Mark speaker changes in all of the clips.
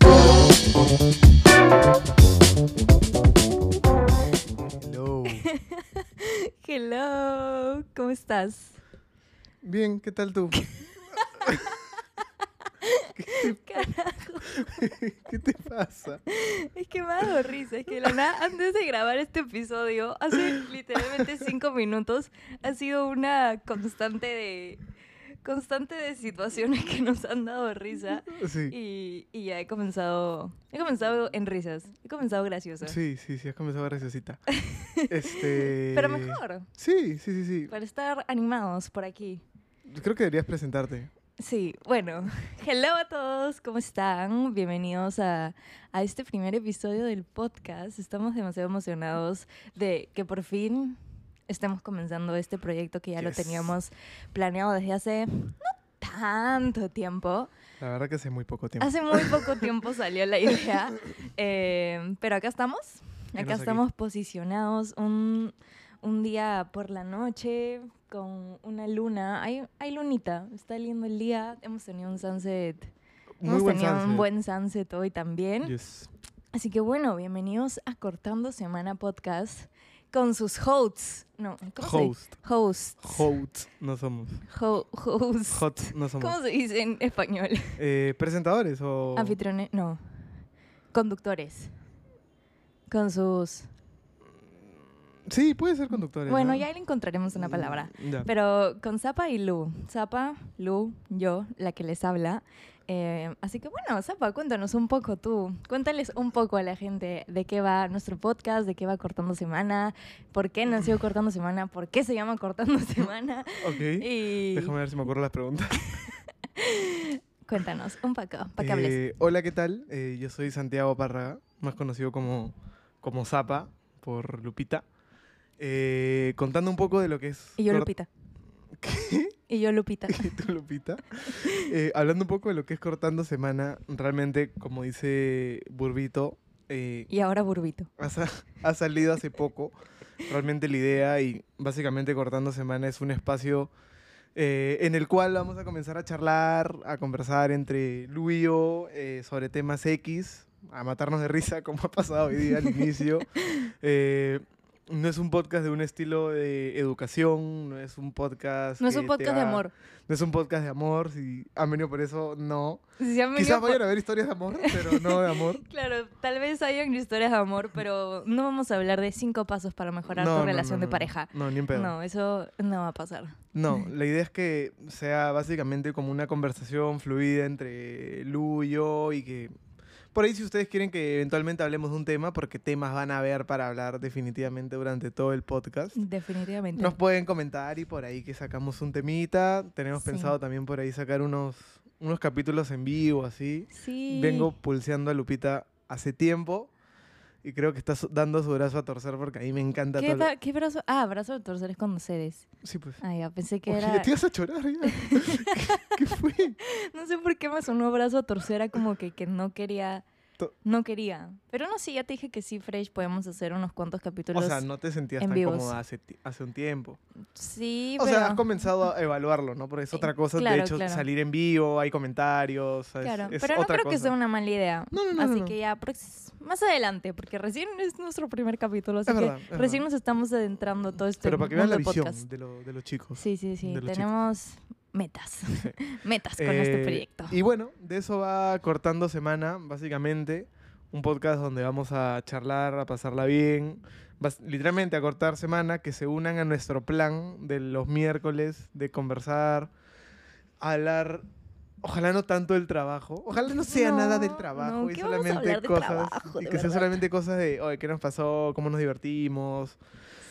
Speaker 1: Hello.
Speaker 2: Hello, ¿cómo estás?
Speaker 1: Bien, ¿qué tal tú?
Speaker 2: Carajo,
Speaker 1: ¿Qué te pasa?
Speaker 2: es que me ha dado risa, es que la nada, antes de grabar este episodio, hace literalmente cinco minutos, ha sido una constante de constante de situaciones que nos han dado risa
Speaker 1: Sí.
Speaker 2: y, y ya he comenzado, he comenzado en risas, he comenzado graciosa,
Speaker 1: Sí, sí, sí, has comenzado graciosita. Este...
Speaker 2: pero mejor, Pues
Speaker 1: Sí, sí, sí, sí.
Speaker 2: para estar animados por aquí.
Speaker 1: Yo Creo que deberías presentarte.
Speaker 2: Sí, bueno, hello a todos, ¿cómo están? Bienvenidos a, a este primer episodio del podcast. Estamos demasiado emocionados de que por fin estemos comenzando este proyecto que ya lo
Speaker 1: Yes.
Speaker 2: teníamos planeado desde hace no tanto tiempo.
Speaker 1: La verdad que hace muy poco tiempo.
Speaker 2: Hace muy poco tiempo salió la idea, eh, pero acá estamos,
Speaker 1: Enos
Speaker 2: acá
Speaker 1: aquí.
Speaker 2: estamos posicionados un, un día por la noche con una luna, hay, hay lunita, está lindo el día, hemos tenido un sunset,
Speaker 1: Muy
Speaker 2: hemos
Speaker 1: buen
Speaker 2: tenido un
Speaker 1: sunset.
Speaker 2: buen sunset hoy también,
Speaker 1: Yes.
Speaker 2: así que bueno, bienvenidos a Cortando Semana Podcast con sus hosts, no, ¿cómo se dice?
Speaker 1: Host.
Speaker 2: Hosts,
Speaker 1: Hot no somos.
Speaker 2: Ho- hosts,
Speaker 1: Hot no somos.
Speaker 2: ¿cómo se dice en español?
Speaker 1: Eh, ¿Presentadores o...?
Speaker 2: Anfitriones, no. Conductores. Con sus...
Speaker 1: Sí, puede ser conductores.
Speaker 2: Bueno,
Speaker 1: ¿no? Mm. Ah.
Speaker 2: ya le encontraremos una palabra.
Speaker 1: Ya.
Speaker 2: Pero con Zapa y Lu. Zapa, Lu, yo, la que les habla. Eh, así que bueno, Zapa, cuéntanos un poco tú. Cuéntales un poco a la gente de qué va nuestro podcast, de qué va Cortando Semana, por qué nació Cortando Semana, por qué se llama Cortando Semana.
Speaker 1: Ok.
Speaker 2: Y
Speaker 1: Déjame ver si me acuerdo las preguntas.
Speaker 2: cuéntanos un poco, para que hables.
Speaker 1: Eh, hola, ¿qué tal? Eh, yo soy Santiago Párraga, más conocido como, como Zapa por Lupita. Eh, contando un poco de lo que es.
Speaker 2: Y yo,
Speaker 1: cort-
Speaker 2: Lupita.
Speaker 1: ¿Qué?
Speaker 2: Y yo, Lupita.
Speaker 1: Tú, Lupita. Eh, hablando un poco de lo que es cortando semana, realmente, como dice Burbito, eh,
Speaker 2: Y ahora, Burbito.
Speaker 1: ha, sa- ha salido hace poco. Realmente la idea y básicamente Cortando Semana es un espacio eh, en el cual vamos a comenzar a charlar, a conversar entre Lu y yo eh, sobre temas X, a matarnos de risa como ha pasado hoy día al inicio. Eh, no es un podcast de un estilo de educación, no es un podcast...
Speaker 2: No es
Speaker 1: que
Speaker 2: un
Speaker 1: te
Speaker 2: podcast de
Speaker 1: va-
Speaker 2: amor.
Speaker 1: No es un podcast de amor, si han venido por eso, no.
Speaker 2: Si se han
Speaker 1: Quizás
Speaker 2: venido por-
Speaker 1: vayan a ver historias de amor, pero no de amor.
Speaker 2: Claro, tal vez hayan historias de amor, pero no vamos a hablar de cinco pasos para mejorar
Speaker 1: No,
Speaker 2: tu
Speaker 1: no,
Speaker 2: relación
Speaker 1: no,
Speaker 2: de
Speaker 1: no.
Speaker 2: pareja.
Speaker 1: No, ni en pedo.
Speaker 2: No, eso no va a pasar.
Speaker 1: No, la idea es que sea básicamente como una conversación fluida entre Lu y yo y que... Por ahí si ustedes quieren que eventualmente hablemos de un tema, porque temas van a haber para hablar definitivamente durante todo el podcast,
Speaker 2: Definitivamente.
Speaker 1: nos pueden comentar y por ahí que sacamos un temita. Tenemos
Speaker 2: Sí.
Speaker 1: pensado también por ahí sacar unos, unos capítulos en vivo, así.
Speaker 2: Sí.
Speaker 1: Vengo pulseando a Lupita hace tiempo y creo que está su- dando su brazo a torcer porque a mí me encanta
Speaker 2: ¿Qué,
Speaker 1: todo lo-
Speaker 2: ta- qué brazo? Ah, brazo de torcer es cuando cedes.
Speaker 1: Sí, pues.
Speaker 2: Ah, ya, pensé que
Speaker 1: Oye,
Speaker 2: era...
Speaker 1: te ibas a chorar ya. ¿Qué- ¿Qué fue?
Speaker 2: No sé por qué me sonó brazo de torcer, era como que, que no quería...
Speaker 1: To-
Speaker 2: No quería. Pero no, sí, ya te dije que sí, Fresh, podemos hacer unos cuantos capítulos.
Speaker 1: O sea, no te sentías
Speaker 2: en
Speaker 1: tan
Speaker 2: vivos.
Speaker 1: cómoda hace, ti- hace un tiempo.
Speaker 2: Sí,
Speaker 1: o
Speaker 2: pero...
Speaker 1: sea, has comenzado a evaluarlo, ¿no? Porque es
Speaker 2: Eh,
Speaker 1: otra cosa. de
Speaker 2: claro,
Speaker 1: hecho,
Speaker 2: claro.
Speaker 1: salir en vivo, hay comentarios. ¿sabes?
Speaker 2: Claro,
Speaker 1: es
Speaker 2: pero no
Speaker 1: otra
Speaker 2: creo que
Speaker 1: cosa.
Speaker 2: sea una mala idea.
Speaker 1: No, no, no, no,
Speaker 2: así
Speaker 1: no.
Speaker 2: que ya prox- más adelante, porque recién es nuestro primer capítulo, así
Speaker 1: Es
Speaker 2: que
Speaker 1: verdad, es
Speaker 2: recién
Speaker 1: verdad.
Speaker 2: nos estamos adentrando a todo este
Speaker 1: Pero para que veas
Speaker 2: mundo
Speaker 1: la
Speaker 2: de
Speaker 1: visión
Speaker 2: podcast.
Speaker 1: de, lo- de los chicos.
Speaker 2: Sí, sí, sí,
Speaker 1: de los
Speaker 2: tenemos metas, metas con este
Speaker 1: Eh,
Speaker 2: proyecto.
Speaker 1: Y bueno, de eso va cortando semana, básicamente. Un podcast donde vamos a charlar, a pasarla bien. bas- literalmente a cortar semana, que se unan a nuestro plan de los miércoles, de conversar, hablar. Ojalá no tanto del trabajo. Ojalá no sea nada del
Speaker 2: No,
Speaker 1: trabajo.
Speaker 2: no,
Speaker 1: y
Speaker 2: ¿qué vamos a
Speaker 1: solamente
Speaker 2: hablar de
Speaker 1: cosas.
Speaker 2: trabajo,
Speaker 1: y
Speaker 2: de
Speaker 1: que sea
Speaker 2: verdad?
Speaker 1: solamente cosas de oye, qué nos pasó, cómo nos divertimos.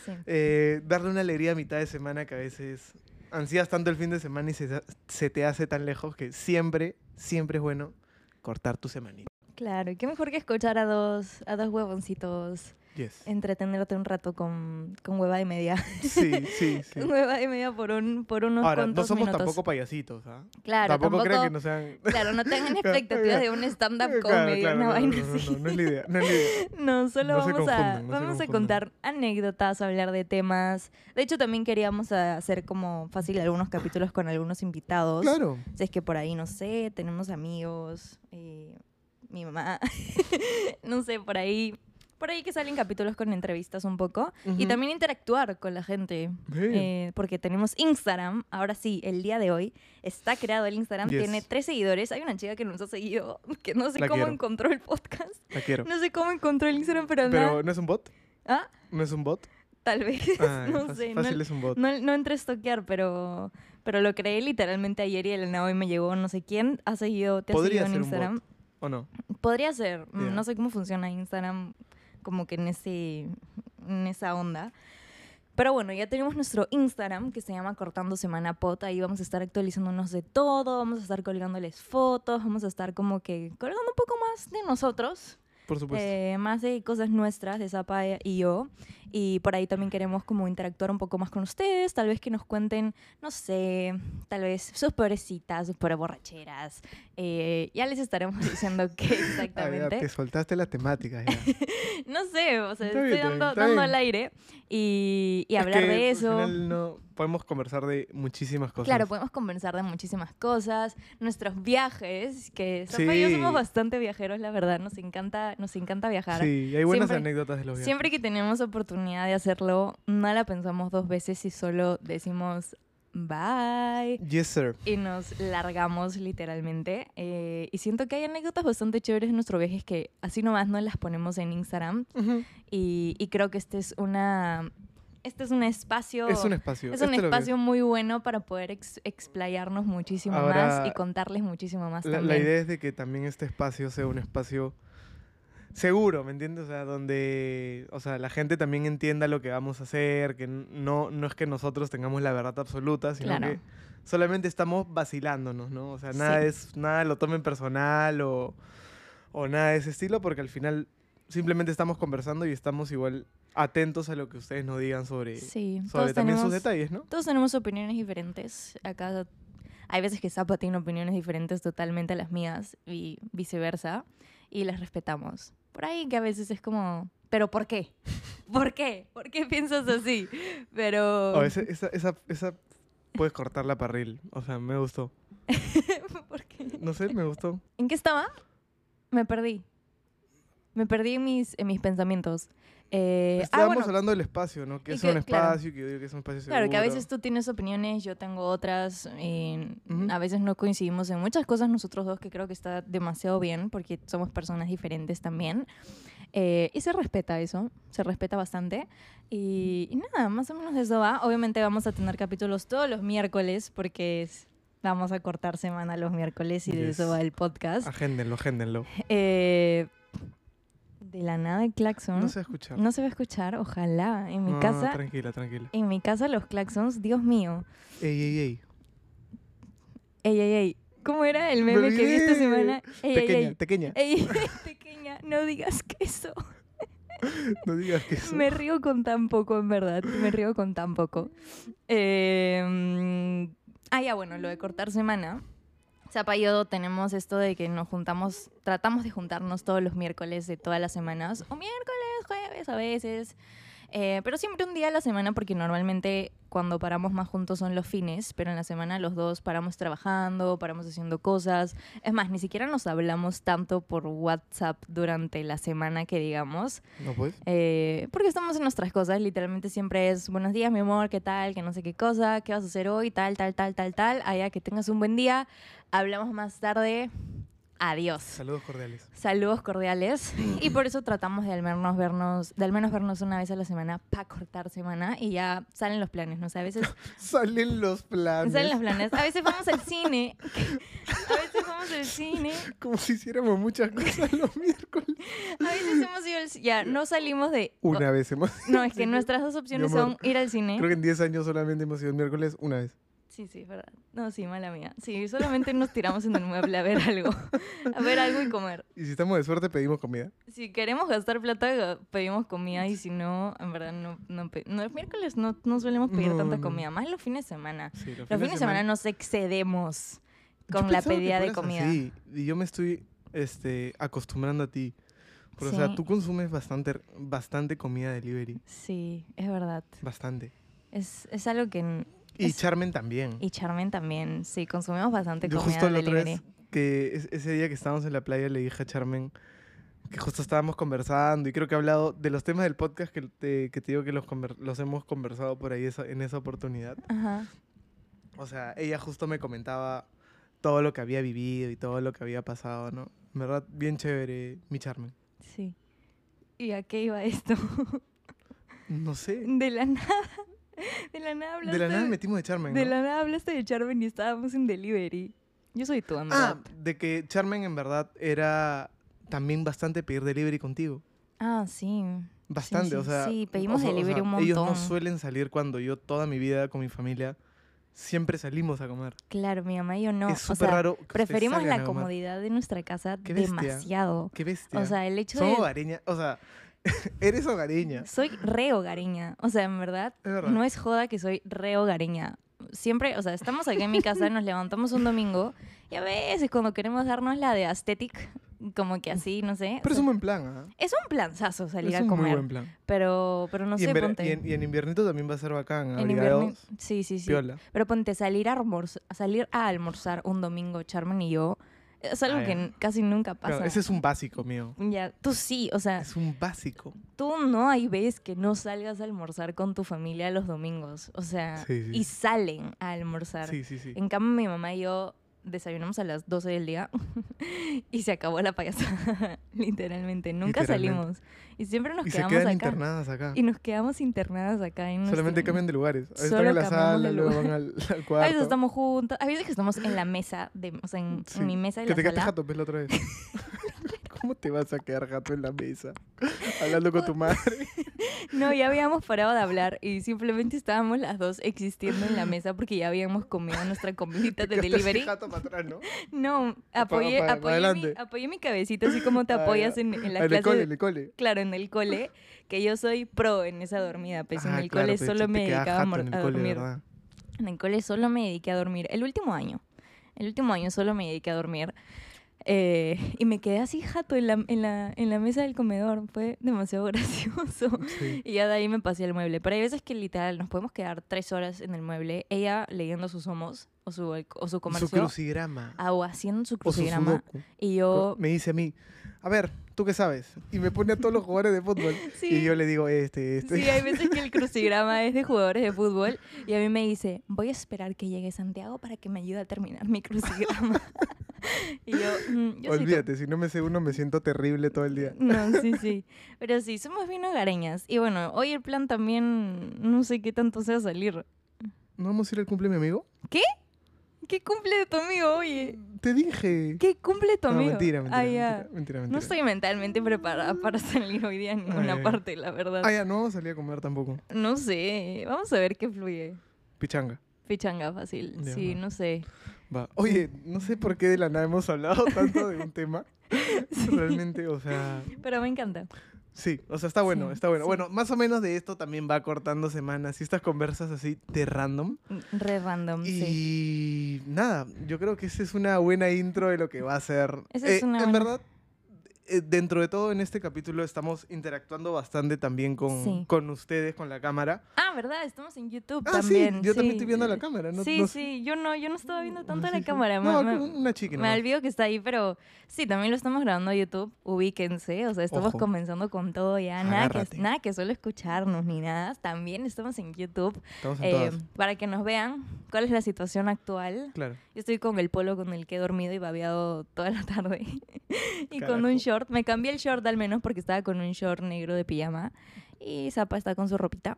Speaker 2: Sí.
Speaker 1: Eh, darle una alegría a mitad de semana que a veces ansías tanto el fin de semana y se, da- se te hace tan lejos que siempre, siempre es bueno cortar tu semanita.
Speaker 2: Claro, y qué mejor que escuchar a dos, a dos huevoncitos,
Speaker 1: Yes.
Speaker 2: entretenerte un rato con, con hueva y media.
Speaker 1: Sí, sí, sí.
Speaker 2: Con hueva y media por, un, por unos
Speaker 1: Ahora, no
Speaker 2: cuantos
Speaker 1: somos
Speaker 2: minutos.
Speaker 1: tampoco payasitos, ¿ah?
Speaker 2: Claro,
Speaker 1: tampoco,
Speaker 2: tampoco,
Speaker 1: creo que no sean...
Speaker 2: Claro, no tengan
Speaker 1: Claro,
Speaker 2: expectativas de un stand-up
Speaker 1: Claro,
Speaker 2: comedy,
Speaker 1: claro,
Speaker 2: una
Speaker 1: no,
Speaker 2: vaina
Speaker 1: no, no,
Speaker 2: así.
Speaker 1: no, no es la idea, no es la idea.
Speaker 2: No, solo
Speaker 1: No se
Speaker 2: vamos, a,
Speaker 1: confundan, no se
Speaker 2: vamos a
Speaker 1: confundan.
Speaker 2: contar anécdotas, hablar de temas. De hecho, también queríamos ah, hacer como fácil algunos capítulos con algunos invitados.
Speaker 1: Claro.
Speaker 2: Si es que por ahí, no sé, tenemos amigos, eh, mi mamá, no sé, por ahí. Por ahí que salen capítulos con entrevistas un poco. Y
Speaker 1: Ujú.
Speaker 2: también interactuar con la gente.
Speaker 1: Sí.
Speaker 2: eh, porque tenemos Instagram. Ahora sí, el día de hoy está creado el Instagram.
Speaker 1: Yes.
Speaker 2: Tiene tres seguidores. Hay una chica que nos ha seguido, que no sé
Speaker 1: La
Speaker 2: cómo
Speaker 1: quiero.
Speaker 2: encontró el podcast.
Speaker 1: La quiero.
Speaker 2: No sé cómo encontró el Instagram, pero,
Speaker 1: Pero
Speaker 2: nada.
Speaker 1: ¿no es un bot?
Speaker 2: Ah,
Speaker 1: ¿No es un bot?
Speaker 2: tal vez.
Speaker 1: Ah,
Speaker 2: no
Speaker 1: fácil,
Speaker 2: sé. no-
Speaker 1: fácil es un bot.
Speaker 2: no, no entré a estoquear, pero, pero lo creé literalmente ayer y el nada hoy me llegó no sé quién. ¿Ha seguido? ¿Te ha
Speaker 1: Podría
Speaker 2: seguido en
Speaker 1: ser un
Speaker 2: Instagram?
Speaker 1: bot. ¿O no?
Speaker 2: Podría ser. mm,
Speaker 1: Ya.
Speaker 2: No sé cómo funciona Instagram como que en, ese, en esa onda. Pero bueno, ya tenemos nuestro Instagram que se llama Cortando Semana Pot. Ahí vamos a estar actualizándonos de todo, vamos a estar colgándoles fotos, vamos a estar como que colgando un poco más de nosotros.
Speaker 1: Por supuesto.
Speaker 2: Eh, más de cosas nuestras de Zapa y yo. Y por ahí también queremos como interactuar un poco más con ustedes. Tal vez que nos cuenten, no sé, tal vez sus peores citas, sus peores borracheras. Eh, ya les estaremos diciendo qué
Speaker 1: Ah, ya,
Speaker 2: exactamente.
Speaker 1: te soltaste las temáticas ya.
Speaker 2: no sé, o
Speaker 1: Está
Speaker 2: sea,
Speaker 1: bien,
Speaker 2: estoy
Speaker 1: está bien,
Speaker 2: dando,
Speaker 1: está
Speaker 2: dando
Speaker 1: bien.
Speaker 2: al aire y, y
Speaker 1: Es
Speaker 2: hablar
Speaker 1: que
Speaker 2: de
Speaker 1: al
Speaker 2: eso.
Speaker 1: final no podemos conversar de muchísimas cosas.
Speaker 2: Claro, podemos conversar de muchísimas cosas, nuestros viajes, que Zapa y yo
Speaker 1: Sí.
Speaker 2: somos bastante viajeros, la verdad, nos encanta, nos encanta viajar.
Speaker 1: Sí, hay buenas
Speaker 2: Siempre-
Speaker 1: anécdotas de los viajes.
Speaker 2: Siempre que tenemos oportunidad de hacerlo, no la pensamos dos veces y solo decimos bye
Speaker 1: Yes, sir.
Speaker 2: y nos largamos literalmente. Eh, y siento que hay anécdotas bastante chéveres de nuestros viajes que así nomás no las ponemos en Instagram. Y, y creo que este es una... Este es un espacio...
Speaker 1: Es un espacio.
Speaker 2: es un
Speaker 1: esto lo que-
Speaker 2: espacio muy bueno para poder ex- explayarnos muchísimo
Speaker 1: Ahora,
Speaker 2: más y contarles muchísimo más
Speaker 1: La, la
Speaker 2: también.
Speaker 1: idea es de que también este espacio sea un espacio seguro, ¿me entiendes? O sea, donde o sea, la gente también entienda lo que vamos a hacer, que n- no, no es que nosotros tengamos la verdad absoluta, sino
Speaker 2: Claro.
Speaker 1: que solamente estamos vacilándonos, ¿no? O sea, nada
Speaker 2: Sí.
Speaker 1: es, nada lo tomen personal o, o nada de ese estilo, porque al final simplemente estamos conversando y estamos igual atentos a lo que ustedes nos digan sobre,
Speaker 2: Sí,
Speaker 1: sobre
Speaker 2: todos
Speaker 1: también sus
Speaker 2: tenemos-
Speaker 1: detalles, ¿no?
Speaker 2: Todos tenemos opiniones diferentes. Acá hay veces que Zapa tiene opiniones diferentes totalmente a las mías y viceversa. Y las respetamos. Por ahí que a veces es como, ¿pero por qué? ¿Por qué? ¿Por qué piensas así? Pero...
Speaker 1: O ese- esa, esa, esa puedes cortar la parril, o sea, me gustó.
Speaker 2: ¿Por qué?
Speaker 1: No sé, me gustó.
Speaker 2: ¿En qué estaba? Me perdí. Me perdí en mis, en mis pensamientos. Eh, ah,
Speaker 1: Pues Estábamos
Speaker 2: bueno,
Speaker 1: hablando del espacio, ¿no? Que
Speaker 2: Y
Speaker 1: es
Speaker 2: que-
Speaker 1: un
Speaker 2: claro.
Speaker 1: espacio, que yo digo que es un espacio seguro.
Speaker 2: Claro, que a veces tú tienes opiniones, yo tengo otras, y
Speaker 1: Ujú.
Speaker 2: a veces no coincidimos en muchas cosas nosotros dos, que creo que está demasiado bien, porque somos personas diferentes también. Eh, y se respeta eso, se respeta bastante. Y, y nada, más o menos de eso va. Obviamente vamos a tener capítulos todos los miércoles, porque es- vamos a cortar semana los miércoles y de eso
Speaker 1: Yes. Ah.
Speaker 2: va el podcast.
Speaker 1: Agéndenlo, agéndenlo.
Speaker 2: Eh, de la nada el claxon.
Speaker 1: No Ah, se escucha.
Speaker 2: No se va a escuchar, ojalá. En mi casa,
Speaker 1: Tranquila, tranquila.
Speaker 2: en mi casa los claxons, Dios mío.
Speaker 1: Ey, ey, ey.
Speaker 2: Ey, ey, ey. ¿Cómo era el meme que vi esta
Speaker 1: olvidé.
Speaker 2: semana? Ey,
Speaker 1: Pequeña,
Speaker 2: ey, Eh,
Speaker 1: pequeña.
Speaker 2: ey. Ey, ey, pequeña, no digas que eso.
Speaker 1: No digas que eso.
Speaker 2: Me río con tan poco, en verdad. Me río con tan poco. Eh, mm, ah, ya, bueno, lo de cortar semana. Zapa y yo tenemos esto de que nos juntamos, tratamos de juntarnos todos los miércoles de todas las semanas, o miércoles, jueves a veces, eh, pero siempre un día a la semana porque normalmente cuando paramos más juntos son los fines, pero en la semana los dos paramos trabajando, paramos haciendo cosas, es más, ni siquiera nos hablamos tanto por WhatsApp durante la semana que digamos,
Speaker 1: No, pues.
Speaker 2: eh, porque estamos en nuestras cosas, literalmente siempre es buenos días, mi amor, qué tal, que no sé qué cosa, qué vas a hacer hoy, tal, tal, tal, tal, tal. Allá que tengas un buen día, hablamos más tarde, adiós.
Speaker 1: Saludos cordiales.
Speaker 2: Saludos cordiales y por eso tratamos de al menos vernos, de al menos vernos una vez a la semana para cortar semana y ya salen los planes, ¿no? O sea, a veces
Speaker 1: Salen los planes.
Speaker 2: salen los planes, a veces vamos al cine, a veces vamos al cine,
Speaker 1: Como si hiciéramos muchas cosas los miércoles.
Speaker 2: a veces hemos ido al ci- ya no salimos de
Speaker 1: Una vez hemos.
Speaker 2: no, es que nuestras dos opciones son
Speaker 1: amor.
Speaker 2: ir al cine.
Speaker 1: Creo que en 10 años solamente hemos ido el miércoles una vez.
Speaker 2: Sí, sí, es verdad. No, sí, mala mía. Sí, solamente nos tiramos en el mueble a ver algo. A ver algo y comer.
Speaker 1: Y si estamos de suerte, pedimos comida.
Speaker 2: Si queremos gastar plata, pedimos comida y si no, en verdad, no. no, pe- no, los miércoles no, no solemos pedir
Speaker 1: No,
Speaker 2: tanta
Speaker 1: no.
Speaker 2: comida, más los fines de semana.
Speaker 1: Sí, los,
Speaker 2: Los fines de semana nos excedemos con la pedida de comida.
Speaker 1: Sí, y yo me estoy este, acostumbrando a ti. Porque, O sea,
Speaker 2: Sí.
Speaker 1: tú consumes bastante, bastante comida delivery.
Speaker 2: Sí, es verdad.
Speaker 1: Bastante.
Speaker 2: Es, es algo que.
Speaker 1: Y
Speaker 2: Es-
Speaker 1: Charmen también.
Speaker 2: Y Charmen también. Sí, consumimos bastante
Speaker 1: yo
Speaker 2: comida.
Speaker 1: justo la otra
Speaker 2: delivery.
Speaker 1: vez te- es- ese día que estábamos en la playa le dije a Charmen que justo estábamos conversando y creo que he hablado de los temas del podcast que te, que te digo que los, conver- los hemos conversado por ahí esa- en esa oportunidad.
Speaker 2: Ajá.
Speaker 1: O sea, ella justo me comentaba todo lo que había vivido y todo lo que había pasado, ¿no? En verdad, bien chévere, mi Charmen.
Speaker 2: Sí. ¿Y a qué iba esto?
Speaker 1: No sé.
Speaker 2: De la nada. De la nada hablaste.
Speaker 1: De la nada metimos de Charmen.
Speaker 2: de
Speaker 1: ¿no?
Speaker 2: la nada hablaste de Charmen y estábamos en delivery. Yo soy tu
Speaker 1: Ah,
Speaker 2: amiga.
Speaker 1: de que Charmen en verdad era también bastante pedir delivery contigo.
Speaker 2: Ah, sí.
Speaker 1: Bastante,
Speaker 2: sí,
Speaker 1: o sea.
Speaker 2: sí, pedimos
Speaker 1: o- o
Speaker 2: delivery un
Speaker 1: Ellos no
Speaker 2: montón.
Speaker 1: suelen salir cuando yo toda mi vida con mi familia siempre salimos a comer.
Speaker 2: Claro, mi mamá y yo no.
Speaker 1: es
Speaker 2: o
Speaker 1: súper
Speaker 2: sea,
Speaker 1: raro. que ustedes
Speaker 2: preferimos
Speaker 1: salgan
Speaker 2: la
Speaker 1: a comer.
Speaker 2: comodidad de nuestra casa
Speaker 1: Qué bestia.
Speaker 2: demasiado.
Speaker 1: Qué bestia.
Speaker 2: O sea, el hecho
Speaker 1: Somos
Speaker 2: de...
Speaker 1: hogareña. O sea, eres hogareña.
Speaker 2: Soy re hogareña. O sea, en verdad,
Speaker 1: Es verdad.
Speaker 2: no es joda que soy re hogareña. Siempre, o sea, estamos aquí en mi casa, nos levantamos un domingo y a veces cuando queremos darnos la de aesthetic, como que así, no sé.
Speaker 1: Pero
Speaker 2: o
Speaker 1: es
Speaker 2: sea,
Speaker 1: un buen plan, ¿ah?
Speaker 2: es un planzazo salir
Speaker 1: es
Speaker 2: a
Speaker 1: un
Speaker 2: comer.
Speaker 1: muy buen plan.
Speaker 2: Pero, pero no
Speaker 1: y,
Speaker 2: sé,
Speaker 1: en vera-
Speaker 2: ponte.
Speaker 1: y en, y en inviernito también va a ser bacán.
Speaker 2: en
Speaker 1: abrigados,
Speaker 2: invierno- Sí, sí, sí.
Speaker 1: Piola.
Speaker 2: Pero ponte, salir a, almorzar, salir a almorzar un domingo, Charmen y yo, es algo
Speaker 1: Ah,
Speaker 2: que
Speaker 1: ya.
Speaker 2: n- casi nunca
Speaker 1: Claro,
Speaker 2: pasa.
Speaker 1: ese es un básico mío.
Speaker 2: Ya, tú sí, o sea,
Speaker 1: Es un básico.
Speaker 2: tú no hay veces que no salgas a almorzar con tu familia los domingos, o sea,
Speaker 1: Sí, sí.
Speaker 2: y salen a almorzar.
Speaker 1: Sí, sí, sí.
Speaker 2: En cambio, mi mamá y yo desayunamos a las 12 del día y se acabó la payasada, literalmente. Nunca
Speaker 1: Literalmente.
Speaker 2: salimos. Y siempre nos
Speaker 1: Y se
Speaker 2: quedamos
Speaker 1: quedan
Speaker 2: acá.
Speaker 1: internadas acá.
Speaker 2: Y nos quedamos internadas acá. En
Speaker 1: Solamente
Speaker 2: nuestro-
Speaker 1: cambian de lugares. A veces están
Speaker 2: Solo
Speaker 1: en la
Speaker 2: cambiamos
Speaker 1: sala,
Speaker 2: de
Speaker 1: luego
Speaker 2: lugar.
Speaker 1: van al, al
Speaker 2: A
Speaker 1: cuarto.
Speaker 2: veces estamos juntas, a veces que estamos en la mesa, de, o sea, en,
Speaker 1: Sí,
Speaker 2: mi mesa de
Speaker 1: Que
Speaker 2: la
Speaker 1: te quedaste
Speaker 2: sala.
Speaker 1: jato, pues, la otra vez. ¿Cómo te vas a quedar jato en la mesa? Hablando con tu madre.
Speaker 2: No, ya habíamos parado de hablar y simplemente estábamos las dos existiendo en la mesa porque ya habíamos comido nuestra comidita
Speaker 1: Te
Speaker 2: de
Speaker 1: quedaste así
Speaker 2: delivery.
Speaker 1: jato para atrás, ¿no?
Speaker 2: No,
Speaker 1: pa-
Speaker 2: apoyé,
Speaker 1: para- para
Speaker 2: apoyé, mi,
Speaker 1: adelante.
Speaker 2: apoyé mi cabecita así como te
Speaker 1: Ah, ya.
Speaker 2: apoyas en, en la
Speaker 1: en
Speaker 2: clase.
Speaker 1: el cole, en el cole.
Speaker 2: Claro, en el cole, que yo soy pro en esa dormida, pues en
Speaker 1: Ah,
Speaker 2: el
Speaker 1: claro,
Speaker 2: cole
Speaker 1: te-
Speaker 2: solo
Speaker 1: te
Speaker 2: me
Speaker 1: quedas
Speaker 2: dedicaba a,
Speaker 1: jato
Speaker 2: mor-
Speaker 1: en el
Speaker 2: a
Speaker 1: cole,
Speaker 2: dormir.
Speaker 1: ¿verdad?
Speaker 2: En el cole solo me dediqué a dormir. El último año. El último año solo me dediqué a dormir. Eh, y me quedé así jato en la, en, la, en la mesa del comedor. Fue demasiado gracioso.
Speaker 1: Sí.
Speaker 2: Y ya de ahí me pasé al mueble. Pero hay veces que literal nos podemos quedar tres horas en el mueble. Ella leyendo sus homos o su, o su comercio.
Speaker 1: Su crucigrama.
Speaker 2: ah, o haciendo su
Speaker 1: o su
Speaker 2: crucigrama.
Speaker 1: sudoku.
Speaker 2: y yo...
Speaker 1: Me dice a mí, a ver, ¿tú qué sabes? Y me pone a todos los jugadores de fútbol.
Speaker 2: Sí.
Speaker 1: Y yo le digo, este, este.
Speaker 2: Sí, hay veces que el crucigrama es de jugadores de fútbol y a mí me dice, voy a esperar que llegue Santiago para que me ayude a terminar mi crucigrama. y yo, "Mm, yo soy Mm. tu-
Speaker 1: Olvídate, si no me sé uno me siento terrible todo el día.
Speaker 2: No, sí, sí. Pero sí, somos bien hogareñas. Y bueno, hoy el plan también, no sé qué tanto sea salir.
Speaker 1: ¿No vamos a ir al cumple de mi amigo?
Speaker 2: ¿Qué cumple de tu amigo, oye?
Speaker 1: Te dije.
Speaker 2: ¿Qué cumple de tu
Speaker 1: No,
Speaker 2: amigo?
Speaker 1: mentira, mentira,
Speaker 2: Ah, ya.
Speaker 1: mentira, mentira,
Speaker 2: No
Speaker 1: mentira.
Speaker 2: estoy mentalmente preparada para salir hoy día a ninguna
Speaker 1: ya.
Speaker 2: parte, la verdad.
Speaker 1: Ah, ya, no vamos a salir a comer tampoco.
Speaker 2: No sé, vamos a ver qué fluye.
Speaker 1: Pichanga.
Speaker 2: Pichanga fácil,
Speaker 1: Ya.
Speaker 2: sí, no sé.
Speaker 1: Va. Oye, no sé por qué de la nada hemos hablado tanto de un tema. Realmente, o sea,
Speaker 2: Pero me encanta.
Speaker 1: sí, o sea, está bueno,
Speaker 2: Sí,
Speaker 1: está bueno.
Speaker 2: sí.
Speaker 1: Bueno, más o menos de esto también va cortando semanas y estas conversas así de random.
Speaker 2: Re random, Mm, sí.
Speaker 1: Y nada, yo creo que esa es una buena intro de lo que va a ser.
Speaker 2: Esa es una
Speaker 1: en
Speaker 2: buena-
Speaker 1: verdad, eh, dentro de todo en este capítulo estamos interactuando bastante también con,
Speaker 2: Sí.
Speaker 1: con ustedes, con la cámara.
Speaker 2: Ah, ¿verdad? Estamos en YouTube
Speaker 1: Ah,
Speaker 2: también.
Speaker 1: sí, yo también
Speaker 2: sí.
Speaker 1: estoy viendo la cámara. No,
Speaker 2: sí,
Speaker 1: no sé-
Speaker 2: sí, yo no, yo no estaba viendo tanto
Speaker 1: Sí,
Speaker 2: la
Speaker 1: sí.
Speaker 2: cámara.
Speaker 1: No,
Speaker 2: me, me-
Speaker 1: una chica.
Speaker 2: me olvido que está ahí, pero sí, también lo estamos grabando a YouTube. Ubíquense, o sea, estamos
Speaker 1: Ojo.
Speaker 2: comenzando con todo ya. Nada que,
Speaker 1: Agárrate.
Speaker 2: nada que solo escucharnos ni nada. También estamos en YouTube
Speaker 1: Estamos en
Speaker 2: eh,
Speaker 1: todas.
Speaker 2: para que nos vean cuál es la situación actual.
Speaker 1: Claro.
Speaker 2: Yo estoy con el polo con el que he dormido y babeado toda la tarde. y con un
Speaker 1: Carajo.
Speaker 2: short. Me cambié el short al menos porque estaba con un short negro de pijama. Y Zapa está con su ropita.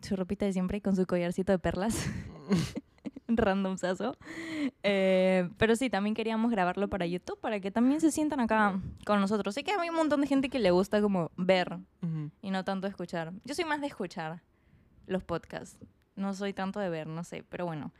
Speaker 2: Su ropita de siempre, con su collarcito de perlas. Random sazo. pero sí, también queríamos grabarlo para YouTube para que también se sientan acá con nosotros. Sé que hay un montón de gente que le gusta como ver
Speaker 1: Ujú.
Speaker 2: y no tanto escuchar. Yo soy más de escuchar los podcasts. No soy tanto de ver, no sé. Pero bueno.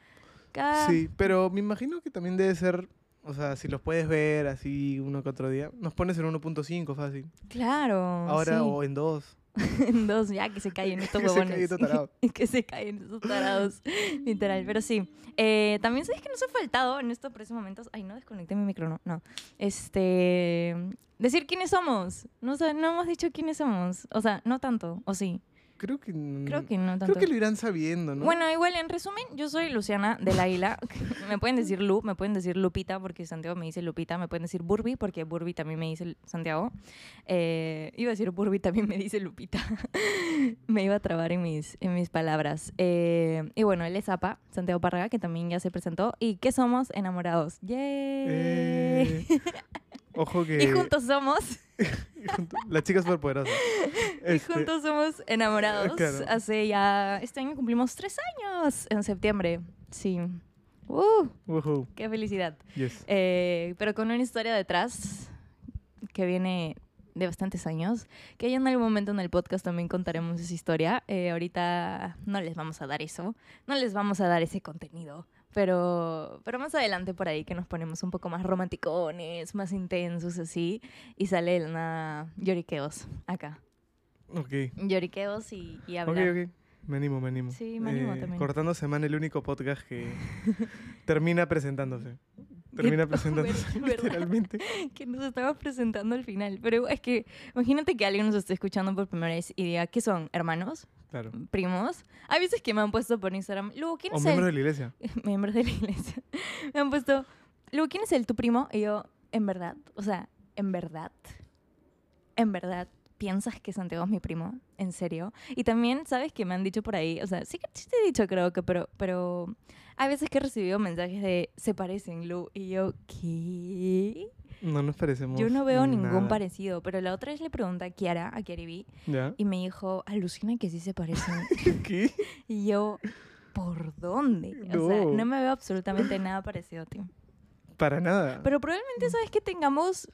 Speaker 2: Cada...
Speaker 1: Sí, pero me imagino que también debe ser, o sea, si los puedes ver así uno que otro día, nos pones en 1.5 fácil.
Speaker 2: Claro.
Speaker 1: Ahora
Speaker 2: Oh, sí.
Speaker 1: o en 2.
Speaker 2: En dos, ya, que se callen estos
Speaker 1: Que se
Speaker 2: huevones.
Speaker 1: callen estos tarados.
Speaker 2: que se callen estos tarados, literal. Pero sí, eh, también sabes que nos ha faltado en estos precisos momentos... Ay, no desconecté mi micro, no. no. Este... Decir quiénes somos. No, sé, no hemos dicho quiénes somos. O sea, no tanto, o sí.
Speaker 1: Creo que, n-
Speaker 2: Creo que no tanto.
Speaker 1: Mm, creo que lo irán sabiendo, ¿no?
Speaker 2: Bueno, igual, en resumen, yo soy Luciana del Águila. me pueden decir Lu, me pueden decir Lupita, porque Santiago me dice Lupita. Me pueden decir Burbi, porque Burbi también me dice Santiago. Eh, iba a decir Burbi, también me dice Lupita. me iba a trabar en mis, en mis palabras. Eh, y bueno, él es Zapa, Santiago Parraga, que también ya se presentó. ¿Y que somos? Enamorados. ¡Yay!
Speaker 1: Eh, ojo que...
Speaker 2: y juntos somos...
Speaker 1: y junto- la chica superpoderosa.
Speaker 2: Y
Speaker 1: Este,
Speaker 2: juntos somos enamorados.
Speaker 1: claro.
Speaker 2: Hace ya. Este año cumplimos tres años en septiembre. Sí. ¡Uh!
Speaker 1: ujú,
Speaker 2: ¡Qué felicidad!
Speaker 1: yes.
Speaker 2: Eh, pero con una historia detrás que viene de bastantes años. Que ya en algún momento en el podcast también contaremos esa historia. Eh, ahorita no les vamos a dar eso. No les vamos a dar ese contenido. Pero, pero más adelante por ahí que nos ponemos un poco más romanticones, más intensos así. Y sale el nada lloriqueos acá.
Speaker 1: Ok.
Speaker 2: Lloriqueos y,
Speaker 1: Ok,
Speaker 2: y hablar.
Speaker 1: ok. Me animo, me animo. Eh,
Speaker 2: Sí, me animo también.
Speaker 1: Cortando Semana, el único podcast que termina presentándose. Termina
Speaker 2: Ver-
Speaker 1: presentándose
Speaker 2: ¿verdad?
Speaker 1: literalmente.
Speaker 2: Que nos estaba presentando al final. Pero es que imagínate que alguien nos esté escuchando por primera vez y diga, ¿qué son? ¿Hermanos?
Speaker 1: Claro.
Speaker 2: primos. Hay veces que me han puesto por Instagram, Lu, ¿quién
Speaker 1: O
Speaker 2: es
Speaker 1: miembros
Speaker 2: el
Speaker 1: de la iglesia.
Speaker 2: miembro de la iglesia? me han puesto, Lu, ¿quién es el tu primo? Y yo, en verdad, o sea, en verdad, en verdad. ¿Piensas que Santiago es mi primo? ¿En serio? Y también, ¿sabes que me han dicho por ahí? O sea, sí que sí te he dicho, creo que, pero, pero hay veces que he recibido mensajes de se parecen, Lu. Y yo, ¿qué?
Speaker 1: No nos parecemos.
Speaker 2: Yo no veo ningún
Speaker 1: nada.
Speaker 2: parecido. Pero la otra vez le pregunté a Kiara, a Kiaribi,
Speaker 1: ¿Ya?
Speaker 2: y me dijo, alucina que sí se parecen.
Speaker 1: ¿Qué?
Speaker 2: Y yo, ¿por dónde? O sea,
Speaker 1: No. Ah.
Speaker 2: no me veo absolutamente nada parecido a ti.
Speaker 1: Para nada.
Speaker 2: Pero
Speaker 1: Mm.
Speaker 2: probablemente sabes que tengamos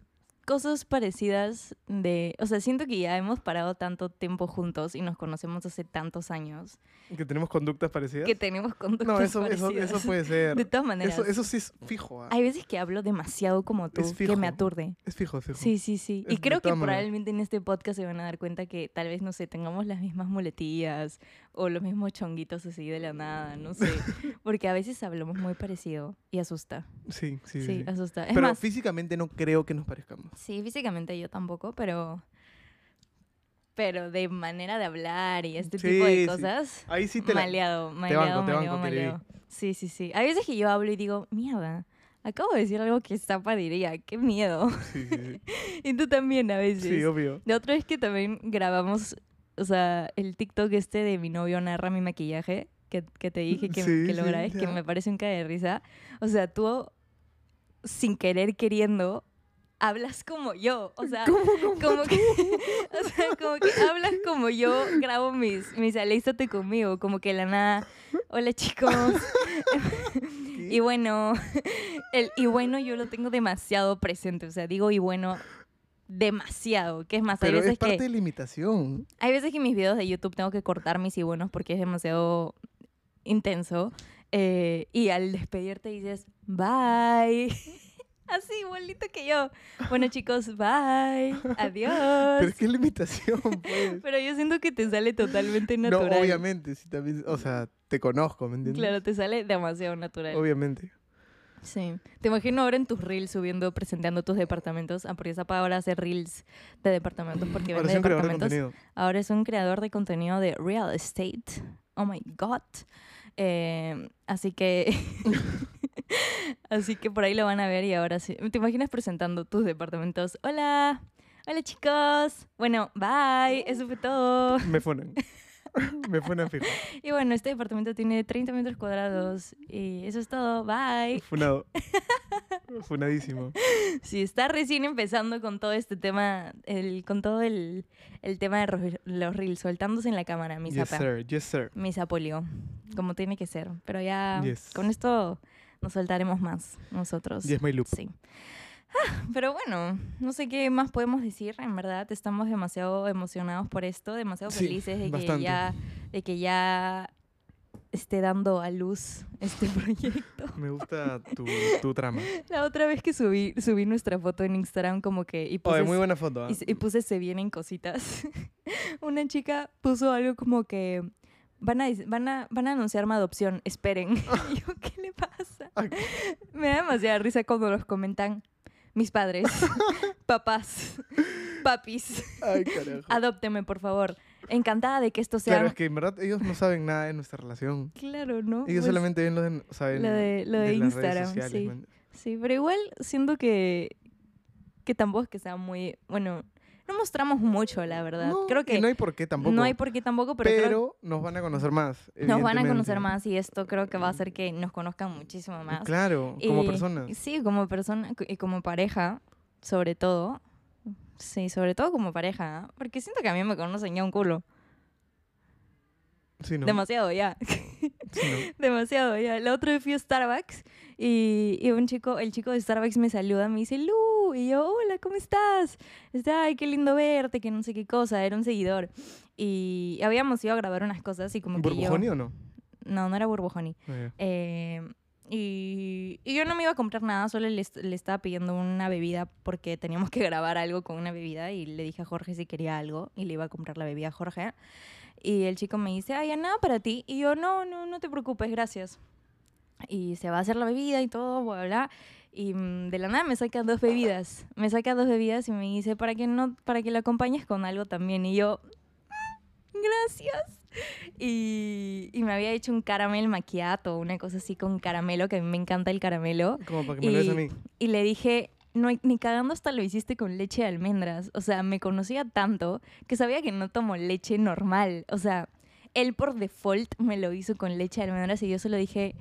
Speaker 2: cosas parecidas de... O sea, siento que ya hemos parado tanto tiempo juntos y nos conocemos hace tantos años
Speaker 1: que tenemos conductas parecidas.
Speaker 2: que tenemos conductas
Speaker 1: no, eso, eso,
Speaker 2: parecidas.
Speaker 1: eso puede ser.
Speaker 2: De todas maneras.
Speaker 1: Eso, eso sí es fijo. ah.
Speaker 2: Hay veces que hablo demasiado como tú, que
Speaker 1: fijo.
Speaker 2: me aturde.
Speaker 1: Es fijo, es fijo.
Speaker 2: Sí, sí, sí.
Speaker 1: Es
Speaker 2: Y
Speaker 1: de
Speaker 2: creo que
Speaker 1: todas maneras.
Speaker 2: probablemente en este podcast se van a dar cuenta que tal vez, no sé, tengamos las mismas muletillas o los mismos chonguitos así de la nada, no sé. Porque a veces hablamos muy parecido y asusta.
Speaker 1: Sí, sí,
Speaker 2: Sí,
Speaker 1: sí, sí.
Speaker 2: asusta. Es
Speaker 1: Pero
Speaker 2: más,
Speaker 1: físicamente no creo que nos parezcamos.
Speaker 2: sí, físicamente yo tampoco, pero. Pero de manera de hablar y este tipo
Speaker 1: Sí,
Speaker 2: de
Speaker 1: sí.
Speaker 2: cosas.
Speaker 1: Ahí sí te la-
Speaker 2: maleado, maleado,
Speaker 1: banco, te
Speaker 2: maleado,
Speaker 1: banco, Terebi.
Speaker 2: maleado. Sí, sí, sí. Hay veces que yo hablo y digo, mierda, acabo de decir algo que Zapa diría, qué miedo.
Speaker 1: Sí, sí, sí.
Speaker 2: y tú también a veces.
Speaker 1: Sí, obvio.
Speaker 2: La otra vez que también grabamos, o sea, el TikTok este de mi novio narra mi maquillaje, que, que te dije que,
Speaker 1: Sí,
Speaker 2: que lo
Speaker 1: sí,
Speaker 2: grabes, que
Speaker 1: ya.
Speaker 2: me parece un cae de risa. O sea, tú, sin querer queriendo, hablas como yo. O sea, como que, o sea, como que hablas como yo grabo mis, mis alístate conmigo, como que de la nada, hola chicos, y bueno, el y bueno yo lo tengo demasiado presente, o sea, digo y bueno demasiado, que Pues, es más,
Speaker 1: Pero
Speaker 2: hay veces
Speaker 1: es parte
Speaker 2: que
Speaker 1: de la imitación.
Speaker 2: hay veces que mis videos de YouTube tengo que cortar mis y buenos porque es demasiado intenso eh, y al despedirte dices bye. Así, igualito que yo. Bueno, chicos, bye. Adiós.
Speaker 1: Pero es que es la imitación, pues.
Speaker 2: Pero yo siento que te sale totalmente
Speaker 1: No,
Speaker 2: natural.
Speaker 1: obviamente, sí, también, o sea, te conozco, ¿me entiendes?
Speaker 2: Claro, te sale demasiado natural.
Speaker 1: Obviamente.
Speaker 2: Sí. Te imagino ahora en tus reels subiendo, presentando tus departamentos. Ah, porque esa pa ahora hace reels de departamentos porque
Speaker 1: Ahora
Speaker 2: vende
Speaker 1: sí, un creador de
Speaker 2: departamentos.
Speaker 1: contenido.
Speaker 2: Ahora es un creador de contenido de real estate. Oh my god. Eh, así que. así que por ahí lo van a ver y ahora sí. ¿Te imaginas presentando tus departamentos? Hola. Hola chicos. Bueno, bye. Eso fue todo.
Speaker 1: Me funan. Me funan fijo.
Speaker 2: Y bueno, este departamento tiene 30 metros cuadrados y eso es todo. Bye.
Speaker 1: Funado. Funadísimo.
Speaker 2: Si está recién empezando con todo este tema, el, con todo el, el tema de ro- los reels, soltándose en la cámara, mi
Speaker 1: yes,
Speaker 2: zapa.
Speaker 1: sir. Yes, sir.
Speaker 2: Mi zapolio, como tiene que ser. Pero ya
Speaker 1: Yes.
Speaker 2: con esto nos soltaremos más nosotros.
Speaker 1: Yes, my loop.
Speaker 2: Pues Sí. Ah, pero bueno, no sé qué más podemos decir. En verdad, estamos demasiado emocionados por esto, demasiado
Speaker 1: Sí,
Speaker 2: felices de que,
Speaker 1: bastante.
Speaker 2: ya, de que ya esté dando a luz este proyecto.
Speaker 1: Me gusta tu, tu trama.
Speaker 2: La otra vez que subí, subí nuestra foto en Instagram como que... Y puse,
Speaker 1: Oye, muy buena foto. ¿ah?
Speaker 2: y, y puse se vienen cositas. Una chica puso algo como que... Van a, dis- van, a, van a anunciar mi adopción, esperen. Y yo, ¿qué le pasa?
Speaker 1: Ay,
Speaker 2: Me da demasiada risa cuando los comentan mis padres, papás, papis,
Speaker 1: Ay, carajo.
Speaker 2: adópteme, por favor. encantada de que esto sea.
Speaker 1: Claro, es que en verdad ellos no saben nada de nuestra relación.
Speaker 2: Claro, ¿no?
Speaker 1: Ellos
Speaker 2: Pues,
Speaker 1: solamente ven lo de, saben
Speaker 2: lo de- lo de
Speaker 1: las redes
Speaker 2: Instagram,
Speaker 1: sociales,
Speaker 2: sí.
Speaker 1: man.
Speaker 2: Sí, pero igual siento que, que tampoco es que sea muy. Bueno, no mostramos mucho, la verdad.
Speaker 1: No,
Speaker 2: Creo
Speaker 1: y
Speaker 2: que
Speaker 1: no hay por qué tampoco.
Speaker 2: no hay por qué tampoco, pero,
Speaker 1: pero,
Speaker 2: creo
Speaker 1: nos van a conocer más.
Speaker 2: que nos van a conocer
Speaker 1: evidentemente.
Speaker 2: más y esto creo que va a hacer que nos conozcan muchísimo más.
Speaker 1: Claro, como
Speaker 2: Y-
Speaker 1: personas.
Speaker 2: Sí, como persona cu- y como pareja, sobre todo. Sí, sobre todo como pareja, ¿ah? porque siento que a mí me conocen ya un culo.
Speaker 1: Sí, ¿no?
Speaker 2: Demasiado ya.
Speaker 1: Sí, ¿no?
Speaker 2: Demasiado, ya. La otra vez fui a Starbucks y, y un chico, el chico de Starbucks me saluda, me dice, Lu, y yo, hola, ¿cómo estás? Está, ay, qué lindo verte, que no sé qué cosa, era un seguidor. Y habíamos ido a grabar unas cosas y como que yo...
Speaker 1: ¿Burbujoni o no?
Speaker 2: No, no era Burbujoni.
Speaker 1: Ah, ya.
Speaker 2: Eh, y, y yo no me iba a comprar nada, solo le, est- le estaba pidiendo una bebida porque teníamos que grabar algo con una bebida y le dije a Jorge si quería algo y le iba a comprar la bebida a Jorge. Y el chico me dice, ay, ya nada para ti. Y yo, no, no, no te preocupes, gracias. Y se va a hacer la bebida y todo, bla, bla. bla. Y mm, de la nada me saca dos bebidas. Me saca dos bebidas y me dice, para que, no, para que la acompañes con algo también. Y yo, "Mm, gracias. Y, y me había hecho un caramel maquiato, una cosa así con caramelo, que a mí me encanta el caramelo.
Speaker 1: Como para que me lo des a mí.
Speaker 2: y le dije, no, hay- ni cagando hasta lo hiciste con leche de almendras. O sea, me conocía tanto que sabía que no tomo leche normal. O sea, él por default me lo hizo con leche de almendras y yo solo dije,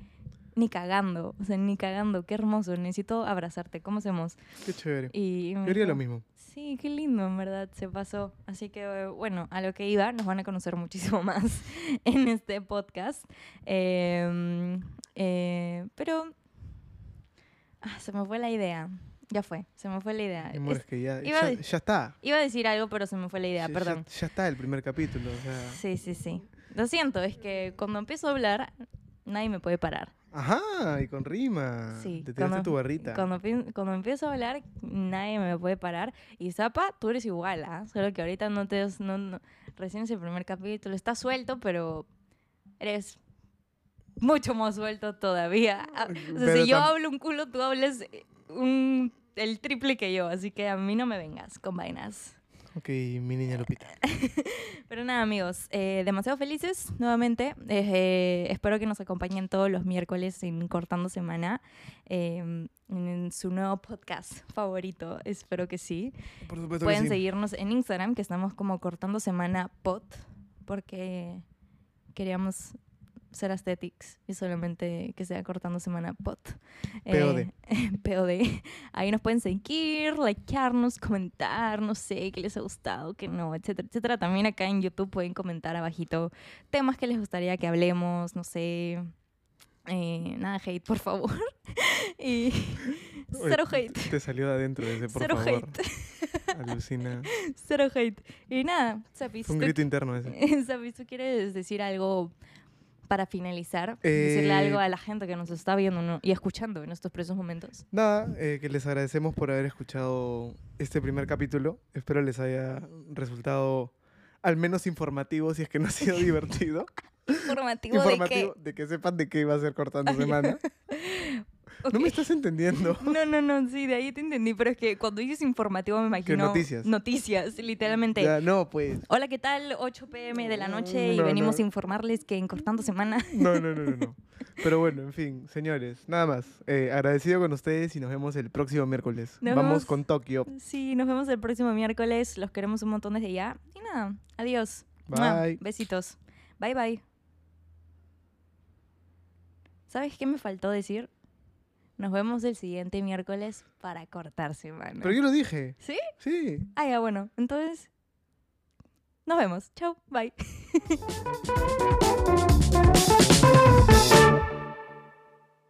Speaker 2: ni cagando. O sea, ni cagando, qué hermoso, necesito abrazarte, ¿cómo hacemos?
Speaker 1: Qué chévere.
Speaker 2: Y me
Speaker 1: Yo haría lo
Speaker 2: dijo,
Speaker 1: mismo.
Speaker 2: Sí, qué lindo, en verdad, se pasó. Así que, eh, bueno, a lo que iba, nos van a conocer muchísimo más en este podcast. Eh, eh, pero ah, se me fue la idea. Ya fue, se me fue la idea.
Speaker 1: Mi amor,
Speaker 2: Es-
Speaker 1: es que ya,
Speaker 2: iba a
Speaker 1: ya,
Speaker 2: de-
Speaker 1: ya está.
Speaker 2: iba a decir algo, pero se me fue la
Speaker 1: Ya-
Speaker 2: idea,
Speaker 1: ya-
Speaker 2: perdón.
Speaker 1: Ya, está el primer capítulo. o sea.
Speaker 2: Sí, sí, sí. Lo siento, es que cuando empiezo a hablar, nadie me puede parar.
Speaker 1: Ajá, y con rima.
Speaker 2: Sí,
Speaker 1: Te tiraste
Speaker 2: cuando-
Speaker 1: tu barrita.
Speaker 2: Cuando, pien- cuando empiezo a hablar, nadie me puede parar. Y Zapa, tú eres igual, ¿ah? Solo que ahorita no te... has- No, no- recién es el primer capítulo, está suelto, pero eres mucho más suelto todavía. Ah, o sea,
Speaker 1: Pero
Speaker 2: si yo
Speaker 1: tam-
Speaker 2: hablo un culo, tú hablas eh, un, el triple que yo. Así que a mí no me vengas con vainas.
Speaker 1: Ok, mi niña Lupita.
Speaker 2: Pero nada, amigos, eh, demasiado felices nuevamente. Eh, eh, espero que nos acompañen todos los miércoles en Cortando Semana, eh, en, en su nuevo podcast favorito. Espero que sí.
Speaker 1: Por supuesto
Speaker 2: Pueden
Speaker 1: que sí.
Speaker 2: seguirnos en Instagram, que estamos como Cortando Semana Pod, porque queríamos ser aesthetics y solamente que sea Cortando Semana Eh, Pod.
Speaker 1: POD.
Speaker 2: POD. Ahí nos pueden seguir, likearnos, comentar, no sé, qué les ha gustado, qué no, etcétera, etcétera. También acá en YouTube pueden comentar abajito temas que les gustaría que hablemos, no sé. Eh, nada hate, por favor. y
Speaker 1: Oye,
Speaker 2: cero hate.
Speaker 1: Te salió de adentro ese, por
Speaker 2: Cero
Speaker 1: favor. Alucina.
Speaker 2: Cero hate. Y nada, Zapis,
Speaker 1: Fue un
Speaker 2: tú-
Speaker 1: grito interno ese.
Speaker 2: Zapis, ¿tú quieres decir algo para finalizar? Decirle
Speaker 1: Eh,
Speaker 2: algo a la gente que nos está viendo ¿no? y escuchando en estos presos momentos.
Speaker 1: Nada, eh, que les agradecemos por haber escuchado este primer capítulo. Espero les haya resultado al menos informativo, si es que no ha sido divertido.
Speaker 2: Informativo,
Speaker 1: informativo
Speaker 2: de
Speaker 1: de que... sepan de qué iba a ser cortando semana.
Speaker 2: que...
Speaker 1: No me
Speaker 2: Ok.
Speaker 1: estás entendiendo.
Speaker 2: No, no, no, sí, de ahí te entendí, pero es que cuando dices informativo me imagino...
Speaker 1: noticias.
Speaker 2: Noticias, literalmente.
Speaker 1: Ya, no, pues.
Speaker 2: Hola, ¿qué tal? 8 pm de la noche y
Speaker 1: No,
Speaker 2: venimos
Speaker 1: no.
Speaker 2: a informarles que en Cortando Semana...
Speaker 1: No, no, no, no, no. Pero bueno, en fin, señores, nada más. Eh, agradecido con ustedes y nos vemos el próximo miércoles.
Speaker 2: Nos
Speaker 1: Vamos
Speaker 2: vemos.
Speaker 1: con Tokio.
Speaker 2: Sí, nos vemos el próximo miércoles. Los queremos un montón desde ya. Y nada, adiós. Mua.
Speaker 1: Bye.
Speaker 2: Ah, Besitos. Bye, bye. ¿Sabes qué me faltó decir? Nos vemos el siguiente miércoles para cortar semana.
Speaker 1: Pero yo lo dije.
Speaker 2: ¿Sí?
Speaker 1: Sí.
Speaker 2: Ah, ya, bueno. Entonces, nos vemos. Chau, bye.